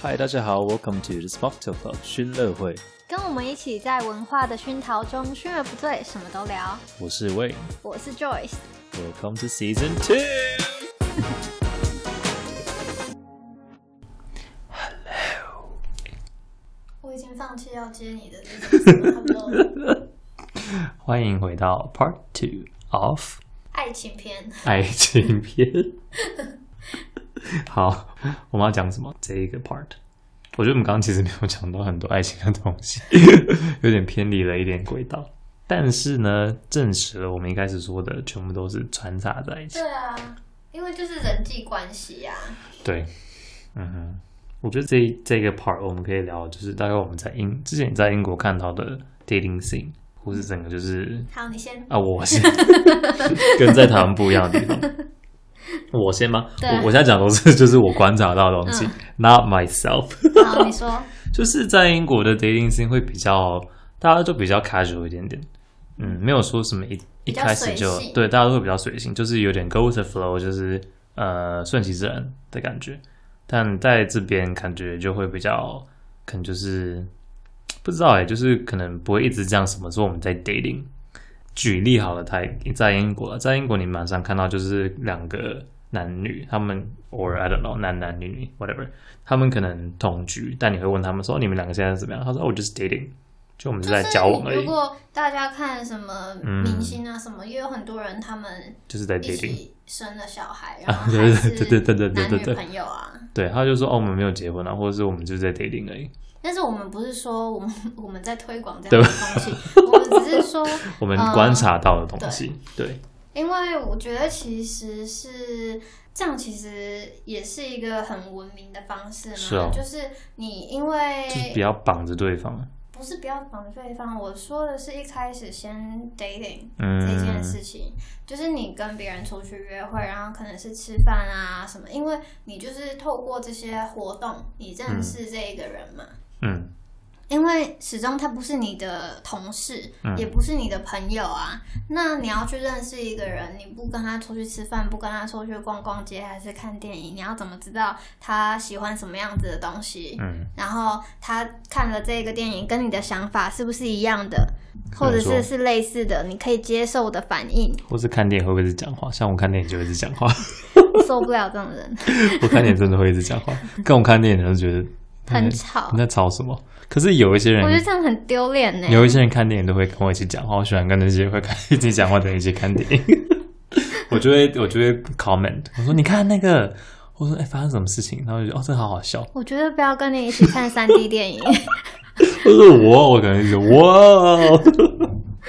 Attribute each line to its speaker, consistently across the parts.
Speaker 1: 嗨，大家好，Welcome to the Smoke Talk Club 熏乐会，
Speaker 2: 跟我们一起在文化的熏陶中，熏而不醉，什么都聊。
Speaker 1: 我是 Wayne。
Speaker 2: 我是 Joyce，
Speaker 1: Welcome to Season Two。
Speaker 2: 我已经放弃要接你的这种
Speaker 3: 欢迎回到 Part Two of
Speaker 2: 爱情片。
Speaker 3: 爱情片。好，我们要讲什么？这一个 part，我觉得我们刚刚其实没有讲到很多爱情的东西， 有点偏离了一点轨道。但是呢，证实了我们一开始说的全部都是穿插在一起。
Speaker 2: 对啊，因为就是人际关系啊呀、
Speaker 3: 对，嗯哼，我觉得这一这个 part 我们可以聊，就是大概我们在英之前在英国看到的 dating scene，或是整个就是
Speaker 2: 好，你先。
Speaker 3: 啊，我先，跟在台湾不一样的地 方。我先吗？
Speaker 2: 对啊
Speaker 3: 我我现在讲都是就是我观察到的东西、
Speaker 2: 嗯
Speaker 3: n o t myself。
Speaker 2: 好，你说。
Speaker 3: 就是在英国的 dating scene 会比较，大家都比较 casual 一点点，嗯，没有说什么一一
Speaker 2: 较
Speaker 3: 开始就
Speaker 2: 随性
Speaker 3: 对，大家都会比较随性，就是有点 go with the flow，就是呃顺其自然的感觉。但在这边感觉就会比较，可能就是不知道哎、就是可能不会一直这样什么说我们在 dating。举例好了，台在英国啊，在英国你马上看到就是两个男女，他们 or I don't know 男男女女 whatever，他们可能同居，但你会问他们说你们两个现在怎么样？他说哦，我就是 dating，就我们是在交往而
Speaker 2: 如
Speaker 3: 已，
Speaker 2: 果大家看什么
Speaker 3: 嗯
Speaker 2: 明星啊什么，也有很多人他们
Speaker 3: 就是在
Speaker 2: 一
Speaker 3: dating。
Speaker 2: 起生了小孩，然
Speaker 3: 啊
Speaker 2: 后还
Speaker 3: 对
Speaker 2: 是
Speaker 3: 对对对对对
Speaker 2: 男
Speaker 3: 对
Speaker 2: 女
Speaker 3: 对
Speaker 2: 朋友啊。
Speaker 3: 对，他就说哦，我们没有结婚啊，或者是我们就是在 dating 而已，
Speaker 2: 但是我们不是说我们 我们在推广这
Speaker 3: 对
Speaker 2: 样的东西，我们只是说
Speaker 3: 我们
Speaker 2: 嗯
Speaker 3: 观察到的东西，对，
Speaker 2: 因为我觉得其实是这样，其实也是一个很文明的方式嘛。
Speaker 3: 是哦
Speaker 2: 就是你因
Speaker 3: 就是不
Speaker 2: 为
Speaker 3: 要绑着对方，
Speaker 2: 不是不要绑对方，我说的是一开始先 dating 这件
Speaker 3: 嗯，
Speaker 2: 事情，就是你跟别人出去约会，然后可能是吃饭啊什么，因为你就是透过这些活动，你认识这一个人嘛。
Speaker 3: 嗯，
Speaker 2: 因为始终他不是你的同事，
Speaker 3: 嗯
Speaker 2: 也不是你的朋友啊。那你要去认识一个人，你不跟他出去吃饭，不跟他出去逛逛街，还是看电影，你要怎么知道他喜欢什么样子的东西？
Speaker 3: 嗯，
Speaker 2: 然后他看了这个电影，跟你的想法是不是一样的，或者
Speaker 3: 没
Speaker 2: 是
Speaker 3: 错
Speaker 2: 是类似的？你可以接受的反应，
Speaker 3: 或是看电影会不会是讲话？像我看电影就会是讲话，
Speaker 2: 受不了这种人，
Speaker 3: 我看电影真的会一直 讲话，跟我看电影的人都觉得
Speaker 2: 很吵
Speaker 3: 你。在吵什么？可是有一些
Speaker 2: 哦我觉得
Speaker 3: 人，
Speaker 2: 这样很丢脸呢。
Speaker 3: 有一些人看电影都会跟我一起讲话，我喜欢跟那些会看一起讲话的人一起看电 影。我就会我就会 comment，我说你看那个，我说哎、发生什么事情，然后我就觉得哦这好好笑，
Speaker 2: 我觉得不要跟你一起看三 D 电影。
Speaker 3: 我说我我可能就哇，哦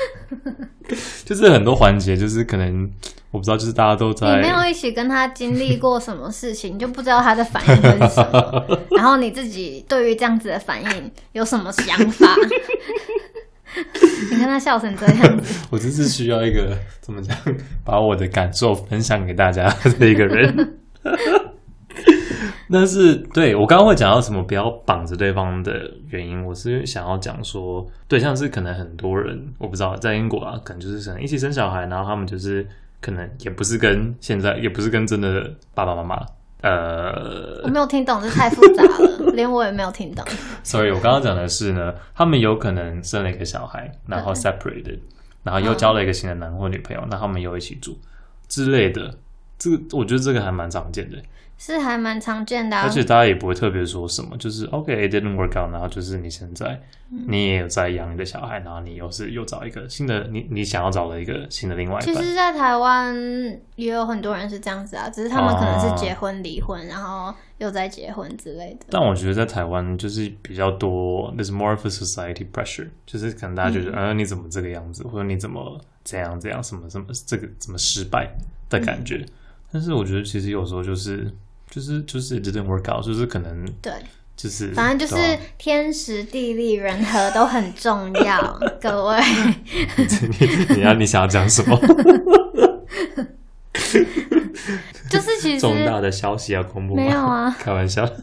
Speaker 3: 就是很多环节就是可能我不知道，就是大家都在
Speaker 2: 你没有一起跟他经历过什么事情，你就不知道他的反应会是什 么。然后你自己对于这样子的反应有什么想法？你看他笑成这样 子，
Speaker 3: 我真是需要一个怎么讲，把我的感受分享给大家的一个人。但是，对我刚刚会讲到什么不要绑着对方的原因，我是想要讲说，对，像是可能很多人，我不知道在英国啊，可能就是可能一起生小孩，然后他们就是可能也不是跟现在，也不是跟真的爸爸妈妈，呃，
Speaker 2: 我没有听懂，这太复杂了，连我也没有听懂。
Speaker 3: sorry，我刚刚讲的是呢，他们有可能生了一个小孩，然后 separated，然后又交了一个新的男或女朋友，那他们又一起住之类的。这个我觉得这个还蛮常见的，
Speaker 2: 是还蛮常见的、啊
Speaker 3: 而，且大家也不会特别说什么，就是 OK it didn't work out，然后就是你现在你也有在养你的小孩，然后你又是又找一个新的，你你想要找了一个新的另外一
Speaker 2: 其
Speaker 3: 半，
Speaker 2: 实，在台湾也有很多人是这样子啊，只是他们可能是结婚、离婚，然后又再结婚之类的。
Speaker 3: 但我觉得在台湾就是比较多，there's more of a society pressure，就是可能大家觉得，嗯、呃，你怎么这个样子，或者你怎么怎样怎样，什么什么这个怎么失败的感觉。
Speaker 2: 嗯
Speaker 3: 但是我觉得其实有时候就是就是就是 it didn't work out，就是可能
Speaker 2: 对，
Speaker 3: 就是
Speaker 2: 反正就
Speaker 3: 对
Speaker 2: 是
Speaker 3: 啊
Speaker 2: 天时地利人和都很重要，各位。
Speaker 3: 你你要你想要讲什 么
Speaker 2: 就是其实
Speaker 3: 重大的消息要公布吗？
Speaker 2: 没有啊，
Speaker 3: 开玩笑。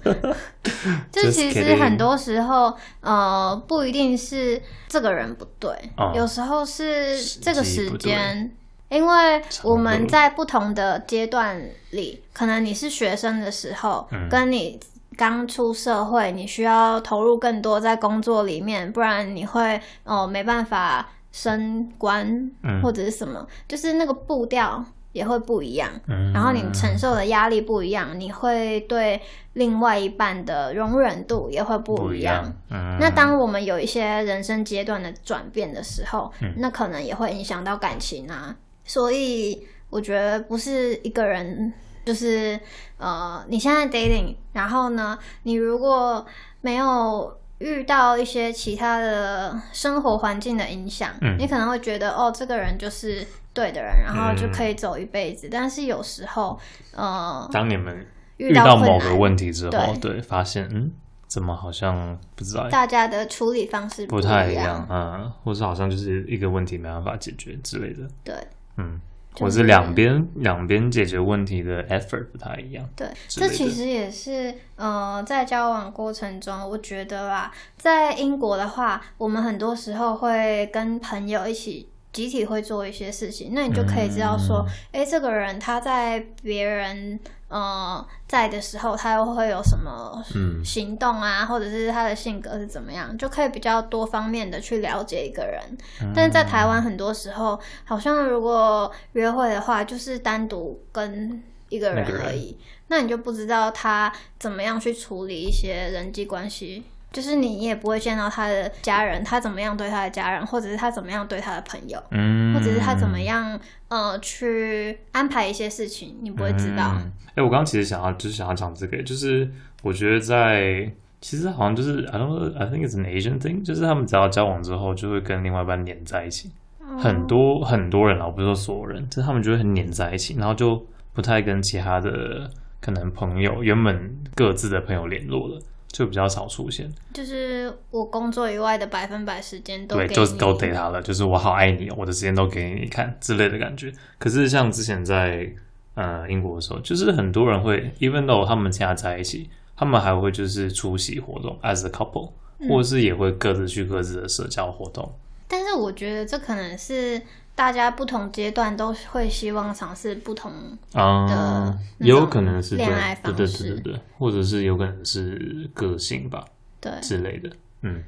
Speaker 2: 就
Speaker 3: Just
Speaker 2: 其实
Speaker 3: kidding
Speaker 2: 很多时候，呃，不一定是这个人不对，
Speaker 3: 哦
Speaker 2: 有时候是这个时
Speaker 3: 时机不
Speaker 2: 间
Speaker 3: 对，
Speaker 2: 因为我
Speaker 3: 长
Speaker 2: 们
Speaker 3: 度
Speaker 2: 在不同的阶段里，可能你是学生的时候，
Speaker 3: 嗯
Speaker 2: 跟你。刚出社会，你需要投入更多在工作里面，不然你会哦、呃没办法升官
Speaker 3: 嗯
Speaker 2: 或者是什么，就是那个步调也会不一样。
Speaker 3: 嗯，
Speaker 2: 然后你承受的压力不一样，你会对另外一半的容忍度也会不
Speaker 3: 不
Speaker 2: 一
Speaker 3: 一
Speaker 2: 样。
Speaker 3: 样，嗯，
Speaker 2: 那当我们有一些人生阶段的转变的时候，
Speaker 3: 嗯
Speaker 2: 那可能也会影响到感情啊。所以我觉得不是一个人，就是呃，你现在 dating，然后呢，你如果没有遇到一些其他的生活环境的影响，
Speaker 3: 嗯
Speaker 2: 你可能会觉得哦，这个人就是对的人，然后就可以走一辈子。但是有时候，呃，
Speaker 3: 当你们
Speaker 2: 遇
Speaker 3: 嗯遇到
Speaker 2: 困
Speaker 3: 某
Speaker 2: 难
Speaker 3: 个问题之后，
Speaker 2: 对
Speaker 3: 对，发现嗯，怎么好像不知道
Speaker 2: 大家的处理方式
Speaker 3: 不
Speaker 2: 一
Speaker 3: 太一样，嗯，或是好像就是一个问题没办法解决之类的，
Speaker 2: 对，
Speaker 3: 嗯，
Speaker 2: 就
Speaker 3: 我
Speaker 2: 是
Speaker 3: 是两边两边解决问题的 effort 不太一样，
Speaker 2: 对，
Speaker 3: 之
Speaker 2: 这
Speaker 3: 类
Speaker 2: 其
Speaker 3: 的
Speaker 2: 实也是，呃，在交往过程中，我觉得啦，在英国的话，我们很多时候会跟朋友一起集体会做一些事情，那你就可以知道说，
Speaker 3: 嗯
Speaker 2: 诶，这个人他在别人呃在的时候，他又会有什么
Speaker 3: 嗯
Speaker 2: 行动啊，或者是他的性格是怎么样，就可以比较多方面的去了解一个人。
Speaker 3: 嗯
Speaker 2: 但是在台湾，很多时候好像如果约会的话，就是单独跟一个人
Speaker 3: 那个人
Speaker 2: 而已，那你就不知道他怎么样去处理一些人际关系。就是你也不会见到他的家人，他怎么样对他的家人，或者是他怎么样对他的朋友，
Speaker 3: 嗯，
Speaker 2: 或者是他怎么样呃去安排一些事情，你不会知道。
Speaker 3: 嗯哎、我刚刚其实想要就是想要讲这个，就是我觉得在其实好像就是 I don't know, I think it's an Asian thing，就是他们只要交往之后就会跟另外一半黏在一起，嗯很多很多人啊，我不是说所有人，就是他们就会很黏在一起，然后就不太跟其他的可能朋友原本各自的朋友联络了，就比较少出现。
Speaker 2: 就是我工作以外的百分百时间都
Speaker 3: 对，
Speaker 2: 给
Speaker 3: 就是
Speaker 2: 你
Speaker 3: 都给他了，就是我好爱你哦，我的时间都给你看之类的感觉。可是像之前在呃英国的时候，就是很多人会，even though 他们现在在一起，他们还会就是出席活动 as a couple，、或
Speaker 2: 嗯
Speaker 3: 者是也会各自去各自的社交活动。
Speaker 2: 但是我觉得这可能是大家不同阶段都会希望尝试不同，
Speaker 3: 嗯
Speaker 2: 的，呃那
Speaker 3: 也有
Speaker 2: 种
Speaker 3: 可能是对
Speaker 2: 恋爱
Speaker 3: 对
Speaker 2: 方
Speaker 3: 对
Speaker 2: 式
Speaker 3: 对对对，或者是有可能是个性吧，
Speaker 2: 对，
Speaker 3: 之类的。嗯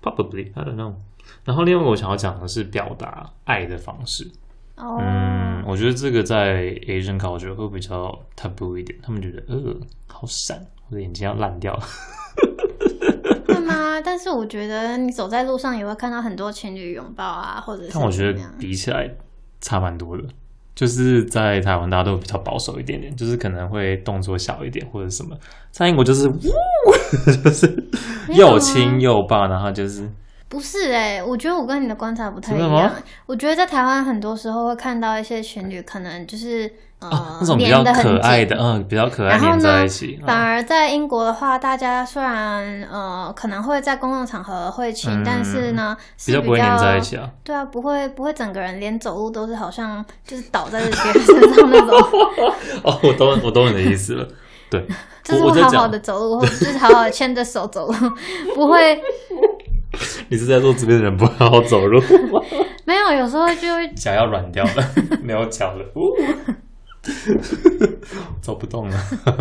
Speaker 3: ，probably I don't know。然后另外我想要讲的是表达爱的方式。
Speaker 2: 哦，
Speaker 3: 嗯，我觉得这个在 Asian culture 会比较 taboo 一点，他们觉得呃好闪，我的眼睛要烂掉了。
Speaker 2: 会吗？但是我觉得你走在路上也会看到很多情侣拥抱啊，或者是
Speaker 3: 但我觉
Speaker 2: 怎
Speaker 3: 得
Speaker 2: 么样
Speaker 3: 比起来差蛮多的，就是在台湾大家都比较保守一点点，就是可能会动作小一点或者什么，在英国就是呜， 就是
Speaker 2: 没有啊
Speaker 3: 又亲又抱，然后就是
Speaker 2: 不是哎、我觉得我跟你的观察不太一
Speaker 3: 真的
Speaker 2: 样
Speaker 3: 吗。
Speaker 2: 我觉得在台湾很多时候会看到一些情侣可能就是呃、
Speaker 3: 啊那种比
Speaker 2: 黏
Speaker 3: 较
Speaker 2: 得很
Speaker 3: 可爱
Speaker 2: 紧
Speaker 3: 的，嗯，比较可爱
Speaker 2: 然后
Speaker 3: 黏在
Speaker 2: 呢
Speaker 3: 一起，，
Speaker 2: 反
Speaker 3: 嗯
Speaker 2: 而在英国的话，大家虽然呃可能会在公共场合会亲，
Speaker 3: 嗯
Speaker 2: 但是呢
Speaker 3: 比
Speaker 2: 是
Speaker 3: 较不会黏在一起啊。
Speaker 2: 对啊，不会不会整个人连走路都是好像就是倒在 别人身上那种，
Speaker 3: 哦，我懂我懂你的意思了。 对，
Speaker 2: 就是
Speaker 3: 我我在
Speaker 2: 好
Speaker 3: 讲
Speaker 2: 好的走路，或者就是好好地牵着手走路，不会
Speaker 3: 你是在说这边人不好好走路 吗？
Speaker 2: 没有有时候就会
Speaker 3: 脚要软掉了， 没有脚了，呜 走不动了。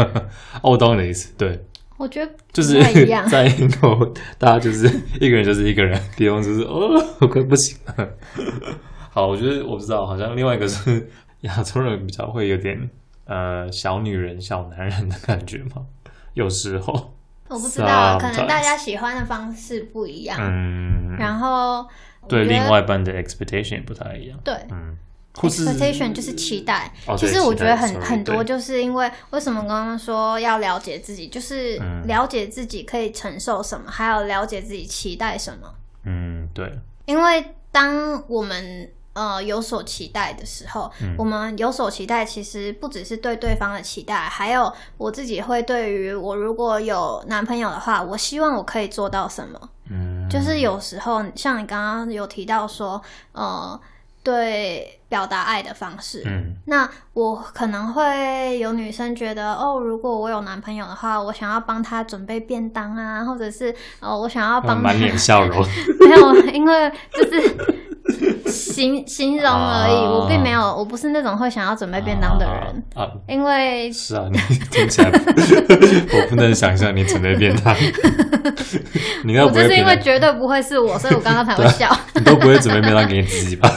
Speaker 3: 哦，我懂你的意思，对，
Speaker 2: 我觉得
Speaker 3: 就
Speaker 2: 不
Speaker 3: 是，
Speaker 2: 太一 样
Speaker 3: 在英国，大家就是一个人就是一个人，不用就是哦，我快不行了。 好，我觉得我不知道，好像另外一个是亚洲人比较会有点呃小女人、小男人的感觉嘛，有时候，
Speaker 2: 我不知道啊，
Speaker 3: Sometimes
Speaker 2: 可能大家喜欢的方式不一样，
Speaker 3: 嗯，
Speaker 2: 然后我
Speaker 3: 对
Speaker 2: 觉得
Speaker 3: 另外一半的 expectation 也不太一样，
Speaker 2: 对。
Speaker 3: 嗯，或是
Speaker 2: expectation 就是期待，
Speaker 3: 哦
Speaker 2: 其
Speaker 3: 对
Speaker 2: 实我觉得很
Speaker 3: 期待，sorry，
Speaker 2: 很多，
Speaker 3: 对
Speaker 2: 就是因为为什么刚刚说要了解自己，就是
Speaker 3: 嗯
Speaker 2: 了解自己可以承受什么，还有了解自己期待什么。
Speaker 3: 嗯，对，
Speaker 2: 因为当我们呃有所期待的时候，
Speaker 3: 嗯
Speaker 2: 我们有所期待，其实不只是对对方的期待，还有我自己会对于我如果有男朋友的话，我希望我可以做到什么。
Speaker 3: 嗯，
Speaker 2: 就是有时候像你刚刚有提到说，呃，对表达爱的方式，
Speaker 3: 嗯
Speaker 2: 那我可能会有女生觉得，哦，如果我有男朋友的话，我想要帮他准备便当啊，或者 是哦，我想要帮他
Speaker 3: 满脸笑容，
Speaker 2: 没有，因为就是形形容而已，
Speaker 3: 啊
Speaker 2: 我并没有，我不是那种会想要准备便当的人，
Speaker 3: 啊啊，
Speaker 2: 因为
Speaker 3: 是啊，你 听 起来不我不能想象你准备变态，你应该
Speaker 2: 我
Speaker 3: 不会
Speaker 2: 就是因
Speaker 3: 变
Speaker 2: 为
Speaker 3: 态，
Speaker 2: 绝对不会是我，所以我刚刚才会 笑。
Speaker 3: 你都不会准备变态给你自己吧？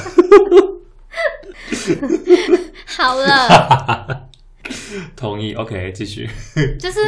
Speaker 2: 好了，
Speaker 3: 同意，OK，继续。
Speaker 2: 就是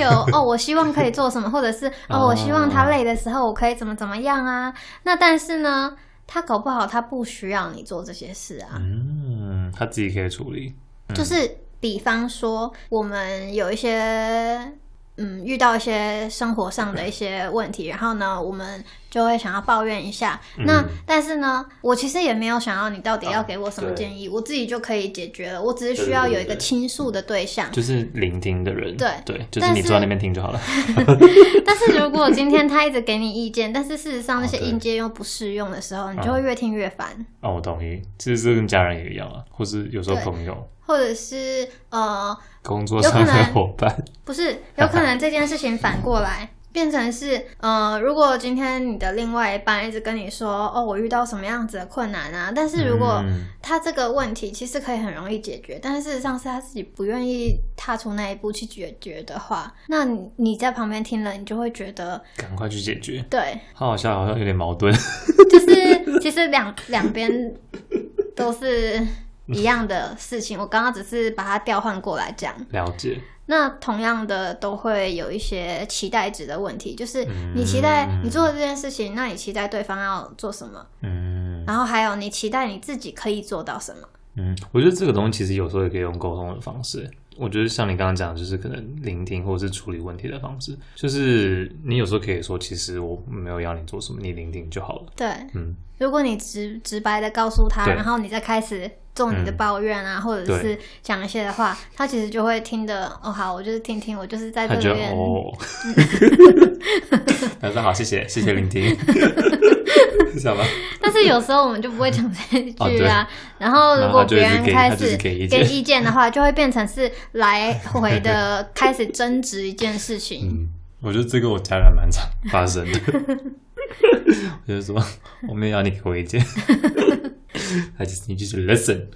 Speaker 2: 有哦，我希望可以做什么，或者是哦，
Speaker 3: 哦
Speaker 2: 我希望他累的时候我可以怎么怎么样啊。那但是呢，他搞不好他不需要你做这些事啊，
Speaker 3: 嗯，他自己可以处理。
Speaker 2: 就是比方说我们有一些。嗯，遇到一些生活上的一些问题，然后呢，我们就会想要抱怨一下。那
Speaker 3: 嗯
Speaker 2: 但是呢，我其实也没有想要你到底要
Speaker 3: 啊
Speaker 2: 给我什么
Speaker 3: 对
Speaker 2: 建议，我自己就可以解决了。我只是需
Speaker 3: 对对
Speaker 2: 要
Speaker 3: 对
Speaker 2: 有一个
Speaker 3: 对
Speaker 2: 倾诉的对象。
Speaker 3: 就是聆听的人，
Speaker 2: 对
Speaker 3: 对，就
Speaker 2: 但
Speaker 3: 是你
Speaker 2: 是
Speaker 3: 坐在那边听就好了。
Speaker 2: 但是如果今天他一直给你意见，但是事实上那些
Speaker 3: 哦对
Speaker 2: 意见又不适用的时候，你就会越听越烦，
Speaker 3: 哦，我同意，其实这跟家人也一样啊，或是有时候
Speaker 2: 对
Speaker 3: 朋友、
Speaker 2: 或者是呃，
Speaker 3: 工作
Speaker 2: 有可
Speaker 3: 上
Speaker 2: 能
Speaker 3: 的伙伴，
Speaker 2: 不 是，有可能这件事情反过来。变成是，呃，如果今天你的另外一半一直跟你说，哦，我遇到什么样子的困难啊，但是如果
Speaker 3: 嗯
Speaker 2: 他这个问题其实可以很容易解决，但是事实上是他自己不愿意踏出那一步去解决的话，那你你在旁边听了，你就会觉得，
Speaker 3: 赶快去解决，
Speaker 2: 对，
Speaker 3: 他好像好像有点矛盾。
Speaker 2: 就是其实两两边都是一样的事情，我刚刚只是把它调换过来讲。
Speaker 3: 了解，
Speaker 2: 那同样的都会有一些期待值的问题，就是你期待
Speaker 3: 嗯
Speaker 2: 你做的这件事情，那你期待对方要做什么，
Speaker 3: 嗯
Speaker 2: 然后还有你期待你自己可以做到什么。
Speaker 3: 嗯，我觉得这个东西其实有时候也可以用沟通的方式。我觉得像你刚刚讲的，就是可能聆听或者是处理问题的方式，就是你有时候可以说，其实我没有要你做什么，你聆听就好了。
Speaker 2: 对，
Speaker 3: 嗯，
Speaker 2: 如果你直直白的告诉他，
Speaker 3: 对嗯
Speaker 2: 然后你再开始做你的抱怨啊，或者是讲一些的话，他其实就会听的哦，好，我就是听听，我就是在
Speaker 3: 他
Speaker 2: 这
Speaker 3: 觉
Speaker 2: 边
Speaker 3: 得 哦，他说好，谢谢，谢谢聆 听，啊知道吧？
Speaker 2: 但是有时候我们就不会讲这 一句啊。然后如
Speaker 3: 然后
Speaker 2: 果
Speaker 3: 他就
Speaker 2: 别
Speaker 3: 一直
Speaker 2: 人
Speaker 3: 给
Speaker 2: 开
Speaker 3: 哦他就
Speaker 2: 始
Speaker 3: 是给意见
Speaker 2: 给意见的话，就会变成是来 回的开始争执一件事情。
Speaker 3: 嗯，我觉得这个我家人蛮常发生 的。我就说，我没有要你给我意 见， 他就是你就是 listen。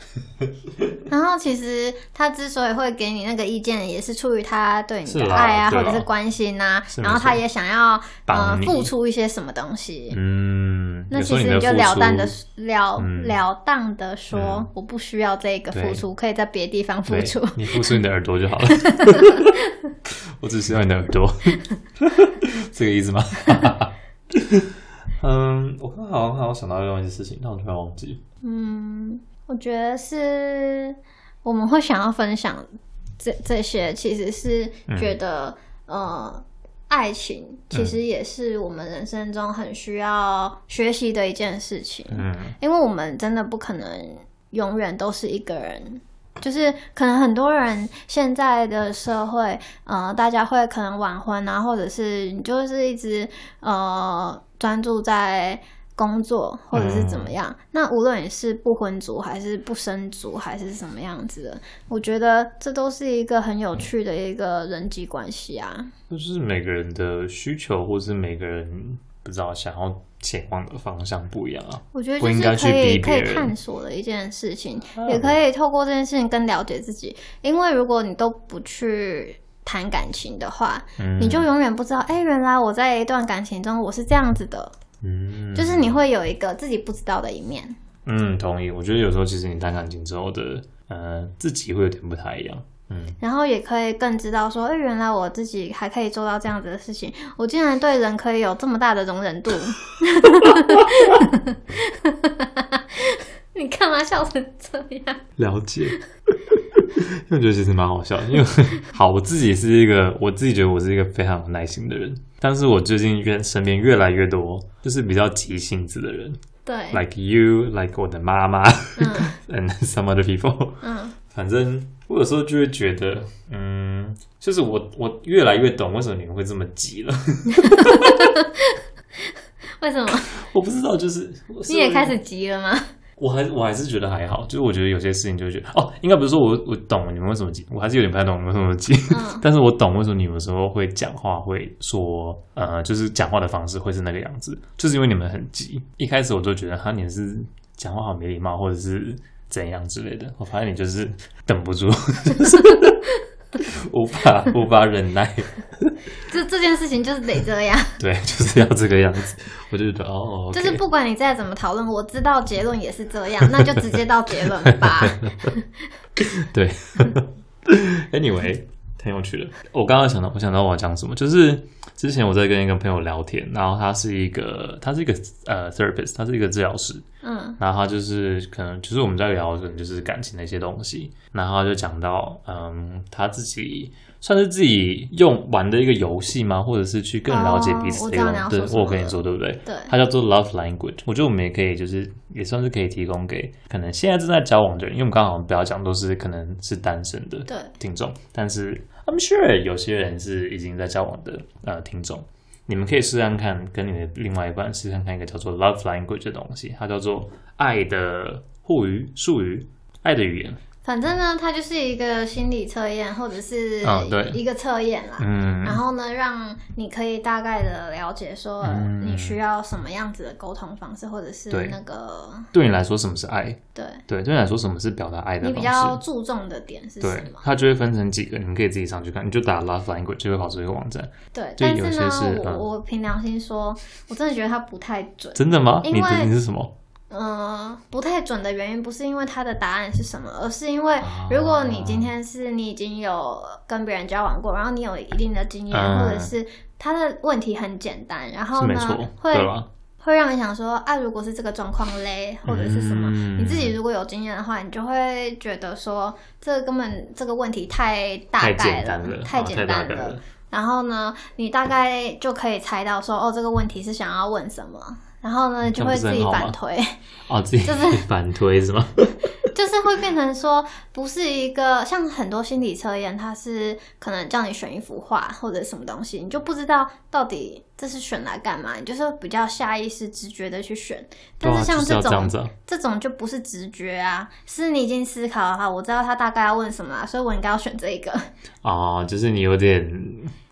Speaker 2: 然后其实他之所以会给你那个意见，也是出于他对你
Speaker 3: 是
Speaker 2: 的
Speaker 3: 啦
Speaker 2: 爱啊，
Speaker 3: 对
Speaker 2: 或
Speaker 3: 啦
Speaker 2: 者是关心啊。
Speaker 3: 是没
Speaker 2: 然后他
Speaker 3: 错
Speaker 2: 也想要呃
Speaker 3: 帮你
Speaker 2: 付出一些什么东西。
Speaker 3: 嗯，
Speaker 2: 那
Speaker 3: 有时
Speaker 2: 其
Speaker 3: 候
Speaker 2: 实
Speaker 3: 你的
Speaker 2: 就
Speaker 3: 付
Speaker 2: 了
Speaker 3: 出
Speaker 2: 当的了、
Speaker 3: 嗯
Speaker 2: 了当的说，
Speaker 3: 嗯
Speaker 2: 我不需要这个付
Speaker 3: 对
Speaker 2: 出，可以在别的地方付
Speaker 3: 对
Speaker 2: 出。
Speaker 3: 你付出你的耳朵就好 了。我只需要你的耳 朵，这个意思吗？嗯，我刚好刚好想到另外一件事情，但我突然忘记。
Speaker 2: 嗯，我觉得是我们会想要分享这这些，其实是觉得、呃，爱情其实也是我们人生中很需要学习的一件事情，
Speaker 3: 嗯，
Speaker 2: 因为我们真的不可能永远都是一个人。就是可能很多人现在的社会，呃，大家会可能晚婚啊，或者是你就是一直呃专注在工作或者是怎么样。那无论你是不婚族还是不生族还是什么样子的，我觉得这都是一个很有趣的一个人际关系啊。
Speaker 3: 就是每个人的需求，或是每个人不知道想要前往的方向不一样啊。
Speaker 2: 我觉得
Speaker 3: 不
Speaker 2: 就
Speaker 3: 应该
Speaker 2: 是可
Speaker 3: 去
Speaker 2: 以
Speaker 3: 逼
Speaker 2: 可以
Speaker 3: 别人
Speaker 2: 探索的一件事情，
Speaker 3: 嗯
Speaker 2: 也可以透过这件事情更了解自己。因为如果你都不去谈感情的话，
Speaker 3: 嗯，
Speaker 2: 你就永远不知道，哎、原来我在一段感情中我是这样子的，
Speaker 3: 嗯，
Speaker 2: 就是你会有一个自己不知道的一面。
Speaker 3: 嗯，同意。我觉得有时候其实你谈感情之后的，呃，自己会有点不太一样。嗯，
Speaker 2: 然后也可以更知道说，哎、原来我自己还可以做到这样子的事情，我竟然对人可以有这么大的容忍度。 你干嘛笑成这样？
Speaker 3: 了解。 因为我觉得其实蛮好笑的，因为 好，我自己是一个，我自己觉得我是一个非常有耐心的人，但是我最近越身边越来越多就是比较急性子的人
Speaker 2: 对，
Speaker 3: ，like you，like 我的妈 妈，and
Speaker 2: 嗯
Speaker 3: some other people。
Speaker 2: 嗯，
Speaker 3: 反正我有时候就会觉得，嗯，就是我我越来越懂为什么你们会这么急了。
Speaker 2: 为什么？
Speaker 3: 我不知道，就是
Speaker 2: 你也开
Speaker 3: 始。
Speaker 2: 始急了吗？
Speaker 3: 我还我还是觉得还好，就是我觉得有些事情就会觉得哦，应该不是说我我懂你们为什么急，我还是有点不太懂你们为什么急，
Speaker 2: 嗯
Speaker 3: 但是我懂为什么你们有时候会讲话会说呃，就是讲话的方式会是那个样子，就是因为你们很急。一开始我就觉得哈，你是讲话好没礼貌，或者是怎样之类的，我发现你就是等不住， 无法无法忍耐，
Speaker 2: 这这件事情就是得这样，
Speaker 3: 对，就是要这个样子。我就觉得哦，
Speaker 2: 就 是
Speaker 3: OK
Speaker 2: 不管你再怎么讨论，我知道结论也是这样，那就直接到结论 吧。
Speaker 3: 对 ，anyway，挺有趣的。我刚刚想到，我想到我要讲什么，就是之前我在跟一个朋友聊天，然后他是一个，他是一个呃 therapist，他是一个治疗师，
Speaker 2: 嗯
Speaker 3: 然后他就是可能就是我们在聊可能就是感情的一些东西，然后他就讲到，嗯，他自己算是自己用玩的一个游戏吗？或者是去更了解彼此的一
Speaker 2: 哦
Speaker 3: 种，
Speaker 2: 我知道你
Speaker 3: 对
Speaker 2: 要说什，么
Speaker 3: 我跟你说对不对？
Speaker 2: 对
Speaker 3: 它叫做 Love Language。我觉得我们也可以，就是也算是可以提供给可能现在正在交往的人，因为我们刚好不要讲都是可能是单身的
Speaker 2: 对
Speaker 3: 听众，但是 I'm sure 有些人是已经在交往的呃听众，你们可以试试看看，跟你的另外一半试试看看一个叫做 Love Language 的东西，它叫做爱的互语术语，爱的语言。
Speaker 2: 反正呢，它就是一个心理测验，或者是
Speaker 3: 啊对
Speaker 2: 一个测验啦。
Speaker 3: 嗯，
Speaker 2: 然后呢，让你可以大概的了解说
Speaker 3: 嗯
Speaker 2: 你需要什么样子的沟通方式，或者是
Speaker 3: 对
Speaker 2: 那个
Speaker 3: 对你来说什么是爱？
Speaker 2: 对
Speaker 3: 对，对你来说什么是表达爱的
Speaker 2: 你
Speaker 3: 方式？
Speaker 2: 比较注重的点是
Speaker 3: 对
Speaker 2: 什，么？
Speaker 3: 它就会分成几个，你们可以自己上去看，你就打 Love Language 就会跑出一个网站。
Speaker 2: 对，
Speaker 3: 就
Speaker 2: 但
Speaker 3: 有
Speaker 2: 是
Speaker 3: 些
Speaker 2: 呢，
Speaker 3: 是
Speaker 2: 我
Speaker 3: 嗯
Speaker 2: 我凭良心说，我真的觉得它不太准。
Speaker 3: 真的吗？
Speaker 2: 因
Speaker 3: 你
Speaker 2: 为
Speaker 3: 的你是什么？
Speaker 2: 嗯、不太准的原因不是因为它的答案是什么，而是因为如果你今天是你已经有跟别人交往过，然后你有一定的经验，
Speaker 3: 嗯
Speaker 2: 或者是他的问题很简单，然后
Speaker 3: 是没
Speaker 2: 呢
Speaker 3: 错，
Speaker 2: 会
Speaker 3: 对吧？
Speaker 2: 会让你想说，啊，如果是这个状况嘞，或者是什么，
Speaker 3: 嗯
Speaker 2: 你自己如果有经验的话，你就会觉得说，这根本这个问题太大
Speaker 3: 太
Speaker 2: 概
Speaker 3: 简单了，
Speaker 2: 太
Speaker 3: 啊
Speaker 2: 简
Speaker 3: 大
Speaker 2: 单
Speaker 3: 概
Speaker 2: 了。。然后呢，你大概就可以猜到说，哦，这个问题是想要问什么。然后呢，你就会自己反推，
Speaker 3: 哦，自己
Speaker 2: 就是
Speaker 3: 反推 是吗？
Speaker 2: 就是会变成说，不是一个像很多心理测验，它是可能叫你选一幅画或者什么东西，你就不知道到底这是选来干嘛，你就是比较下意识、直觉的去选。
Speaker 3: 对
Speaker 2: 但
Speaker 3: 啊，
Speaker 2: 是像
Speaker 3: 就是要这
Speaker 2: 种
Speaker 3: 样子啊，
Speaker 2: 这种就不是直觉啊，是你已经思考了哈，我知道他大概要问什么、啊，所以我应该要选这个。
Speaker 3: 哦，就是你有点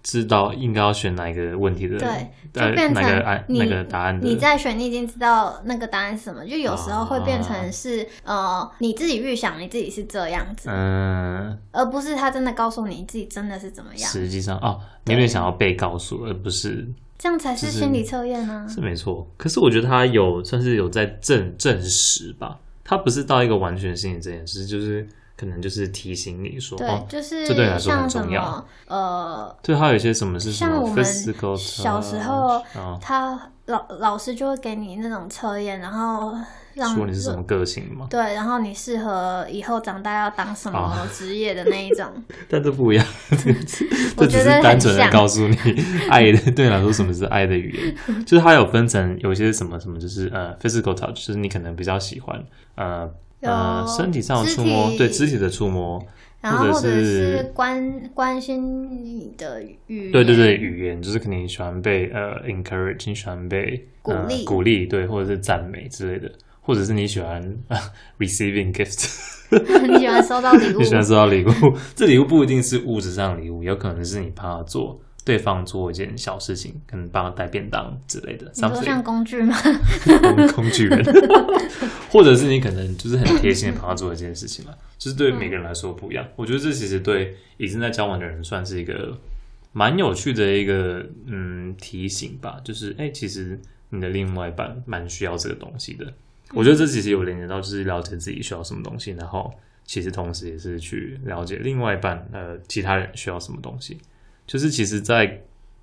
Speaker 3: 知道应该要选哪个问题的，
Speaker 2: 对，就
Speaker 3: 呃
Speaker 2: 变
Speaker 3: 哪个
Speaker 2: 成
Speaker 3: 案
Speaker 2: 你、
Speaker 3: 那个答案的，
Speaker 2: 你在选，你已经知道那个答案是什么，就有时候会变成是、呃你自己预想你自己是这样子，
Speaker 3: 嗯，
Speaker 2: 而不是他真的告诉你自己真的是怎么样，
Speaker 3: 实际上哦，你有点想要被告诉，而不是
Speaker 2: 这样才是
Speaker 3: 就是
Speaker 2: 心理测验啊。
Speaker 3: 是没错。可是我觉得他有算是有在证证实吧，他不是到一个完全心理这件事，就是可能就是提醒你说，
Speaker 2: 对
Speaker 3: 哦，，
Speaker 2: 就是
Speaker 3: 这对你来说
Speaker 2: 像
Speaker 3: 很
Speaker 2: 什
Speaker 3: 重要
Speaker 2: 么。呃，
Speaker 3: 对，还有一些什么是什
Speaker 2: 像
Speaker 3: 么
Speaker 2: 我们
Speaker 3: physical
Speaker 2: 小时候
Speaker 3: touch，啊，
Speaker 2: 他老老师就会给你那种测验，然后让
Speaker 3: 说你是什么个性嘛，
Speaker 2: 对，然后你适合以后长大要当什么
Speaker 3: 啊
Speaker 2: 职业的那一种，
Speaker 3: 但这 不一样，这
Speaker 2: 我
Speaker 3: 这
Speaker 2: 觉
Speaker 3: 只
Speaker 2: 得
Speaker 3: 是单纯
Speaker 2: 很
Speaker 3: 的
Speaker 2: 像
Speaker 3: 告诉你爱的对你来说什么是爱的语言，就是它有分成有一些什么什么，就是呃 physical touch，就是你可能比较喜欢呃呃
Speaker 2: 有
Speaker 3: 身体上的
Speaker 2: 肢
Speaker 3: 触摸，对
Speaker 2: 体
Speaker 3: 肢体的触摸，
Speaker 2: 然后或
Speaker 3: 或者
Speaker 2: 者
Speaker 3: 是
Speaker 2: 是关关心你的语，
Speaker 3: 对对对，，语言就是可能你喜欢被呃 encourage，你喜欢被
Speaker 2: 鼓
Speaker 3: 呃
Speaker 2: 励
Speaker 3: 鼓励，对，或者是赞美之类的，或者是你喜欢、 呃 receiving gift，
Speaker 2: 你喜欢收到礼 物
Speaker 3: 你，喜欢收到礼物。这礼物不一定是物质上的礼物，有可能是你帮他做对方做一件小事情，可能帮他带便当之类的
Speaker 2: 你说像
Speaker 3: ，something
Speaker 2: 工具吗？
Speaker 3: 工工具人，或者是你可能就是很贴心的帮他做一件事情嘛，就是对每个人来说不一样。我觉得这其实对已经在交往的人算是一个蛮有趣的一个嗯提醒吧，就是哎、其实你的另外一半蛮需要这个东西的。我觉得这其实有连接到就是了解自己需要什么东西，然后其实同时也是去了解另外一半呃其他人需要什么东西，就是其实，在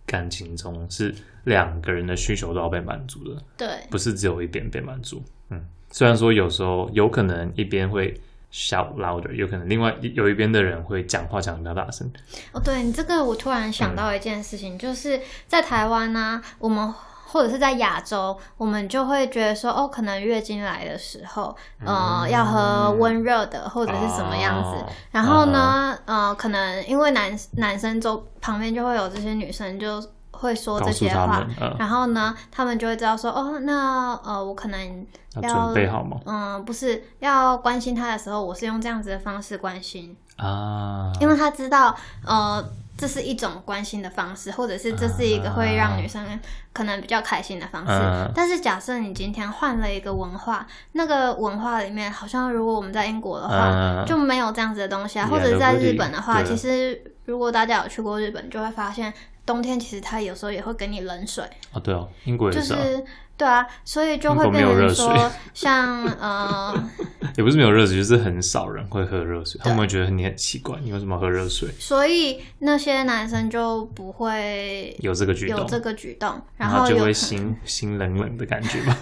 Speaker 3: 感情中是两个人的需求都要被满足的。
Speaker 2: 对，
Speaker 3: 不是只有一边被满足。嗯，虽然说有时候有可能一边会 shout louder，有可能另外有一边的人会讲话讲得比较大声。
Speaker 2: 哦，对你这个我突然想
Speaker 3: 嗯
Speaker 2: 到一件事情，就是在台湾呢、我们。或者是在亚洲，我们就会觉得说，哦，可能月经来的时候，呃，要喝温热的，或者是什么样子。
Speaker 3: 嗯哦嗯
Speaker 2: 然后呢，呃，可能因为男男生周旁边就会有这些女生就会说
Speaker 3: 告
Speaker 2: 这
Speaker 3: 诉
Speaker 2: 些
Speaker 3: 他
Speaker 2: 话
Speaker 3: 们，，呃，
Speaker 2: 然后呢，他们就会知道说，哦，那呃，我可能
Speaker 3: 要
Speaker 2: 要
Speaker 3: 准备好吗？
Speaker 2: 嗯，不是要关心他的时候，我是用这样子的方式关心，
Speaker 3: 啊，
Speaker 2: 因为他知道呃，这是一种关心的方式，或者是这是一个会让女生
Speaker 3: 啊
Speaker 2: 可能比较开心的方式。
Speaker 3: 嗯
Speaker 2: 但是假设你今天换了一个文化，那个文化里面好像如果我们在英国的话，
Speaker 3: 嗯，
Speaker 2: 就没有这样子的东西啊，
Speaker 3: Yeah，
Speaker 2: 或者在日本的话，
Speaker 3: 对
Speaker 2: 其实如果大家有去过日本，就会发现冬天其实它有时候也会给你冷水，
Speaker 3: 哦对哦，英国也、
Speaker 2: 就是是
Speaker 3: 啊，
Speaker 2: 对啊，所以就
Speaker 3: 英
Speaker 2: 会
Speaker 3: 国没
Speaker 2: 变
Speaker 3: 有热
Speaker 2: 成
Speaker 3: 水
Speaker 2: 说像呃，
Speaker 3: 也不是没有热水，就是很少人会喝热水，他们会觉得你很奇怪，你为什么喝热水？
Speaker 2: 所以那些男生就不会
Speaker 3: 有这个举动，
Speaker 2: 有这个举动，然
Speaker 3: 然
Speaker 2: 后
Speaker 3: 就
Speaker 2: 有
Speaker 3: 会
Speaker 2: 可
Speaker 3: 心心冷冷的感觉吧。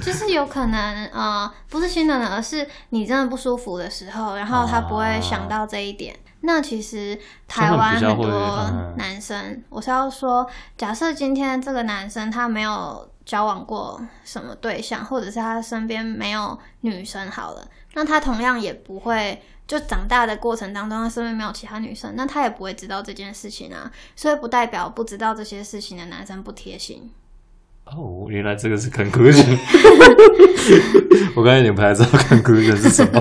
Speaker 2: 就是有可能呃，不是心冷冷，而是你真的不舒服的时候，然后他不会想到这一点。那其实台湾
Speaker 3: 啊他们
Speaker 2: 很
Speaker 3: 比较会
Speaker 2: 多
Speaker 3: 嗯
Speaker 2: 男生，我是要说，假设今天这个男生他没有交往过什么对象，或者是他身边没有女生好了，那他同样也不会。就长大的过程当中，他身边没有其他女生，那他也不会知道这件事情啊，所以不代表不知道这些事情的男生不贴心。
Speaker 3: 哦，原来这个是 conclusion。我刚才有点不太知道 conclusion 是什么。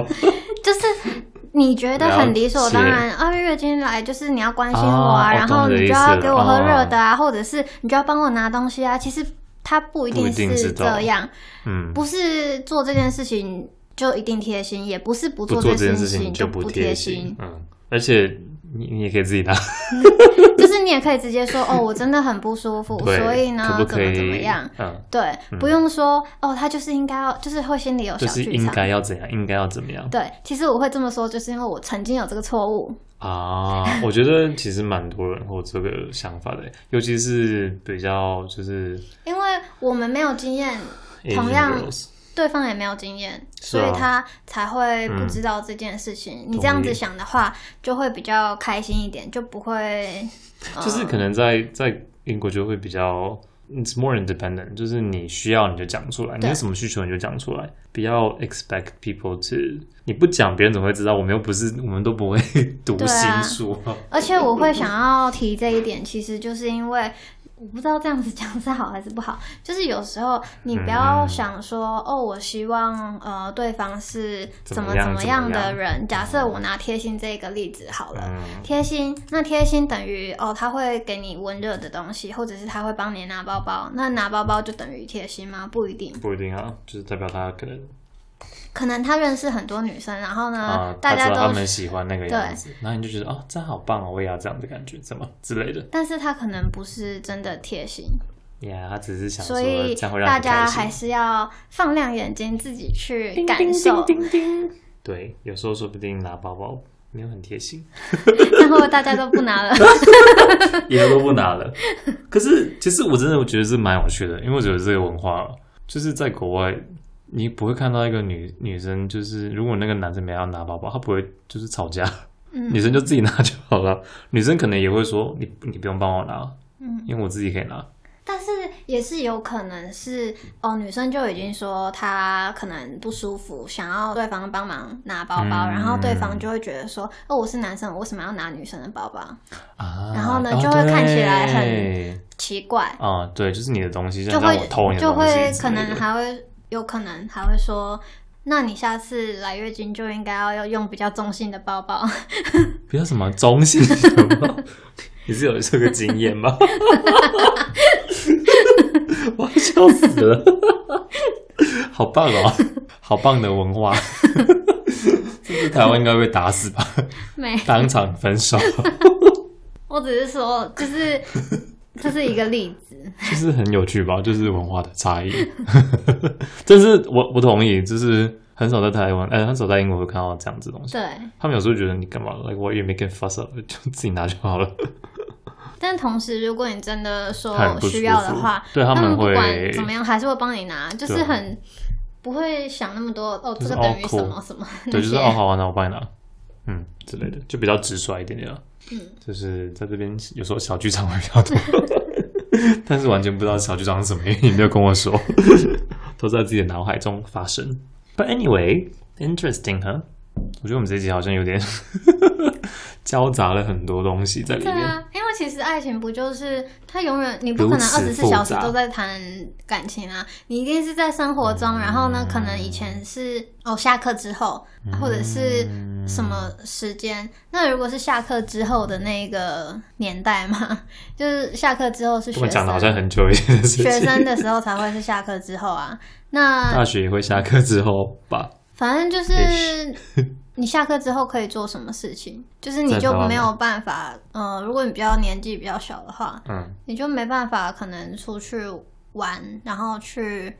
Speaker 2: 就是你觉得很理所当然，啊，月经来就是你要关心我啊，
Speaker 3: 哦
Speaker 2: 然
Speaker 3: 我
Speaker 2: 后
Speaker 3: 懂你的
Speaker 2: 你
Speaker 3: 意
Speaker 2: 就
Speaker 3: 思哦
Speaker 2: 要给我喝热的啊，或者是你就要帮我拿东西啊。其实他不一
Speaker 3: 不一定知
Speaker 2: 是
Speaker 3: 道
Speaker 2: 这样，
Speaker 3: 嗯，
Speaker 2: 不是做这件事情就一定贴心，也不是不
Speaker 3: 不
Speaker 2: 做
Speaker 3: 做这
Speaker 2: 件
Speaker 3: 件
Speaker 2: 事
Speaker 3: 事情
Speaker 2: 就
Speaker 3: 不
Speaker 2: 不
Speaker 3: 贴
Speaker 2: 心
Speaker 3: 心。。嗯，而且你你也可以自己拿。
Speaker 2: 就是你也可以直接说哦，我真的很不舒服，
Speaker 3: 对，
Speaker 2: 所以呢，
Speaker 3: 可不
Speaker 2: 怎
Speaker 3: 可以？
Speaker 2: 么怎么样。
Speaker 3: 嗯，
Speaker 2: 对，不用说哦，他就是应该要，就是会心里有
Speaker 3: 就
Speaker 2: 小
Speaker 3: 是
Speaker 2: 剧
Speaker 3: 应
Speaker 2: 场。
Speaker 3: 该要怎样，应该要怎么样
Speaker 2: 对，其实我会这么说，就是因为我曾经有这个错误。
Speaker 3: 啊？我觉得其实蛮多人会有这个想法的，尤其是比较就是
Speaker 2: 因为我们没有经验，同
Speaker 3: Asian
Speaker 2: 样
Speaker 3: girls。
Speaker 2: 对方也没有经验，
Speaker 3: 是
Speaker 2: 所
Speaker 3: 啊嗯
Speaker 2: 以他才会不知道这件事情。你这样子想的话，就会比较开心一点，就不会嗯
Speaker 3: 就是可能在在英国就会比较，it's more independent，就是你需要你就讲出来，你
Speaker 2: 对
Speaker 3: 有什么需求你就讲出来，不要 expect people to，你不讲别人怎么会知道？我们又不是，我们都不会 读
Speaker 2: 对
Speaker 3: 心
Speaker 2: 啊
Speaker 3: 术啊。
Speaker 2: 而且我会想要提这一点，其实就是因为我不知道这样子讲是好还是不好。就是有时候你不
Speaker 3: 嗯
Speaker 2: 要想说、哦，我希望呃对方是怎么
Speaker 3: 怎
Speaker 2: 怎
Speaker 3: 么样
Speaker 2: 么样
Speaker 3: 怎么
Speaker 2: 的
Speaker 3: 样
Speaker 2: 人。假设我拿贴心这个例子好了，
Speaker 3: 嗯
Speaker 2: 贴心，那贴心等于哦，他会给你温热的东西，或者是他会帮你拿包包。那拿包包就等于贴心吗？不一定，
Speaker 3: 不一定啊，就是代表他可能
Speaker 2: 可能他认识很多女生，然后呢，
Speaker 3: 啊，
Speaker 2: 大
Speaker 3: 他
Speaker 2: 家
Speaker 3: 知道他
Speaker 2: 都
Speaker 3: 们喜欢那个样子，然后你就觉得哦，这好棒哦，我也要这样的感觉，怎么 之类的
Speaker 2: 但是他可能不是真的贴心，
Speaker 3: 呀他只是想说
Speaker 2: 所以
Speaker 3: 这样会让
Speaker 2: 大
Speaker 3: 你开
Speaker 2: 家
Speaker 3: 心
Speaker 2: 还是要放亮眼睛，自己去感受。
Speaker 3: 对，有时候说不定拿包包没有很贴心，
Speaker 2: 然后大家都不拿了，
Speaker 3: 以后都不拿 了。可是其实我真的觉得是蛮有趣的，因为我觉得这个文化啊就是在国外，你不会看到一个女女生，就是如果那个男生没有要拿包包，他不会就是吵架，
Speaker 2: 嗯
Speaker 3: 女生就自己拿就好了。女生可能也会说你你不用帮我拿，
Speaker 2: 嗯，
Speaker 3: 因为我自己可以拿。
Speaker 2: 但是也是有可能是哦，女生就已经说她可能不舒服，想要对方帮忙拿包包，
Speaker 3: 嗯
Speaker 2: 然后对方就会觉得说，哦，我是男生，我为什么要拿女生的包包？
Speaker 3: 啊，
Speaker 2: 然后呢就会看起来很
Speaker 3: 对
Speaker 2: 奇怪，
Speaker 3: 啊、对，就是你的东西，
Speaker 2: 就
Speaker 3: 让
Speaker 2: 会
Speaker 3: 我偷你的
Speaker 2: 就
Speaker 3: 东西之类
Speaker 2: 会
Speaker 3: 的，
Speaker 2: 可能还会有可能还会说，那你下次来月经就应该要用比较中性的包包。
Speaker 3: 不要什么中性的吗？ 你是有这个经验吗？ 我要笑死了，好棒哦，好棒的文化。 这次台湾应该被打死吧？
Speaker 2: 没，
Speaker 3: 当场分手，
Speaker 2: 我只是说，就是 这是一个例子。
Speaker 3: 就是很有趣吧？就是文化的差异。 但是我我同意，就是很少在台湾，呃，很少在英国会看到这样子的东西。
Speaker 2: 对，
Speaker 3: 他们有时候觉得你干嘛？Like what you making fuss of？就 自己拿就好了。
Speaker 2: 但同时，如果你真的
Speaker 3: 很
Speaker 2: 说
Speaker 3: 不舒服
Speaker 2: 需要的话，
Speaker 3: 对他
Speaker 2: 他
Speaker 3: 们
Speaker 2: 不
Speaker 3: 会
Speaker 2: 管怎么样还是会帮你拿，就是
Speaker 3: 对
Speaker 2: 很不会想那么多哦，这
Speaker 3: 是
Speaker 2: 个等于
Speaker 3: 哦
Speaker 2: 什
Speaker 3: ，cool
Speaker 2: 么什么那
Speaker 3: 对，就是
Speaker 2: 些
Speaker 3: 哦，好啊，那我帮你拿，嗯之类的，就比较直率一点点了。
Speaker 2: 嗯，
Speaker 3: 就是在这边有时候小剧场会比较多， 但是完全不知道小剧场是什么，因为你没有跟我说， 都在自己的脑海中发生。But anyway, interesting, huh？我觉得我们这一集好像有点 交杂了很多东西在里
Speaker 2: 对
Speaker 3: 面。
Speaker 2: 啊，因为为其实爱情不就是它永远你不可
Speaker 3: 如
Speaker 2: 能
Speaker 3: 此
Speaker 2: 二十四小时
Speaker 3: 复杂
Speaker 2: 都在谈感情啊，你一定是在生活中，然后呢，可能以前是哦下课之后，
Speaker 3: 嗯
Speaker 2: 或者是什么时间？那如果是下课之后的那个年代嘛， 就是下课之后是
Speaker 3: 我
Speaker 2: 学
Speaker 3: 们讲的好像
Speaker 2: 生。
Speaker 3: 很久以前的事
Speaker 2: 学
Speaker 3: 情。
Speaker 2: 生的啊时候才会是下课之后啊，那
Speaker 3: 大学也会下课之后吧，
Speaker 2: 反正就
Speaker 3: Ish
Speaker 2: 是 你下课之后可以做什么事情，就是你
Speaker 3: 在
Speaker 2: 就
Speaker 3: 台湾
Speaker 2: 没
Speaker 3: 吗
Speaker 2: 有办法，呃，如果你比较年纪比较小的话，
Speaker 3: 嗯，
Speaker 2: 你就没办法可能出去玩，然后去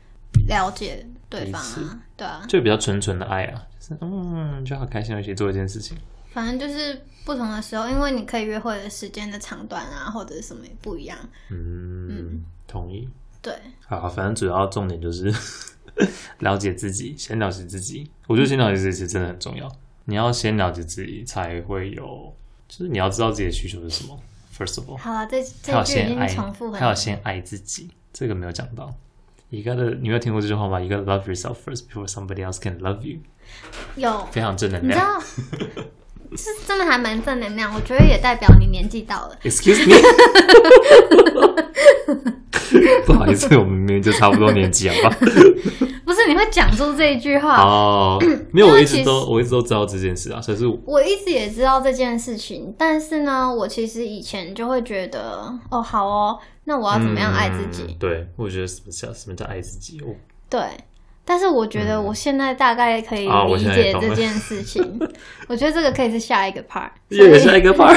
Speaker 2: 了解对方
Speaker 3: 彼此
Speaker 2: 啊，对啊，
Speaker 3: 就比较纯纯的爱啊，就是嗯，就好开心地一起做一件事情。
Speaker 2: 反正就是不同的时候，因为你可以约会的时间的长短啊，或者什么也不一样，
Speaker 3: 嗯，同意。
Speaker 2: 对，
Speaker 3: 好，反正主要重点就是 了解自己，先了解自己。我觉得先了解自己是真的很重要。你要先了解自己，才会有，就是你要知道自己的需求是什么。First of all，
Speaker 2: 好了，这
Speaker 3: 还有
Speaker 2: 这句已
Speaker 3: 先
Speaker 2: 经
Speaker 3: 爱
Speaker 2: 重复，很
Speaker 3: 还有先 爱自己，这个没有讲到。You gotta，你有听过这句话吗？You gotta love yourself first before somebody else can love you。
Speaker 2: 有
Speaker 3: 非常正能
Speaker 2: 你知
Speaker 3: 量。
Speaker 2: 道，是真的还蛮正能量，我觉得也代表你年纪到了。
Speaker 3: Excuse me 。不好意思，我们明明就差不多年纪，好吧？
Speaker 2: 不是你会讲出这一句话，
Speaker 3: 哦，没有，我一
Speaker 2: 因
Speaker 3: 直
Speaker 2: 为
Speaker 3: 都
Speaker 2: 其
Speaker 3: 我一直都知道这件事啊，所以是
Speaker 2: 我一直也知道这件事情，但是呢，我其实以前就会觉得，哦，好哦，那我要怎么样爱自己？
Speaker 3: 嗯对，我觉得什么叫什么叫爱自己？我
Speaker 2: 对。但是我觉得我现在大概可以
Speaker 3: 嗯啊我
Speaker 2: 理
Speaker 3: 现在也
Speaker 2: 解
Speaker 3: 懂了
Speaker 2: 这件事情， 我觉得这个可以是下一个 part，
Speaker 3: 又有下一个 part，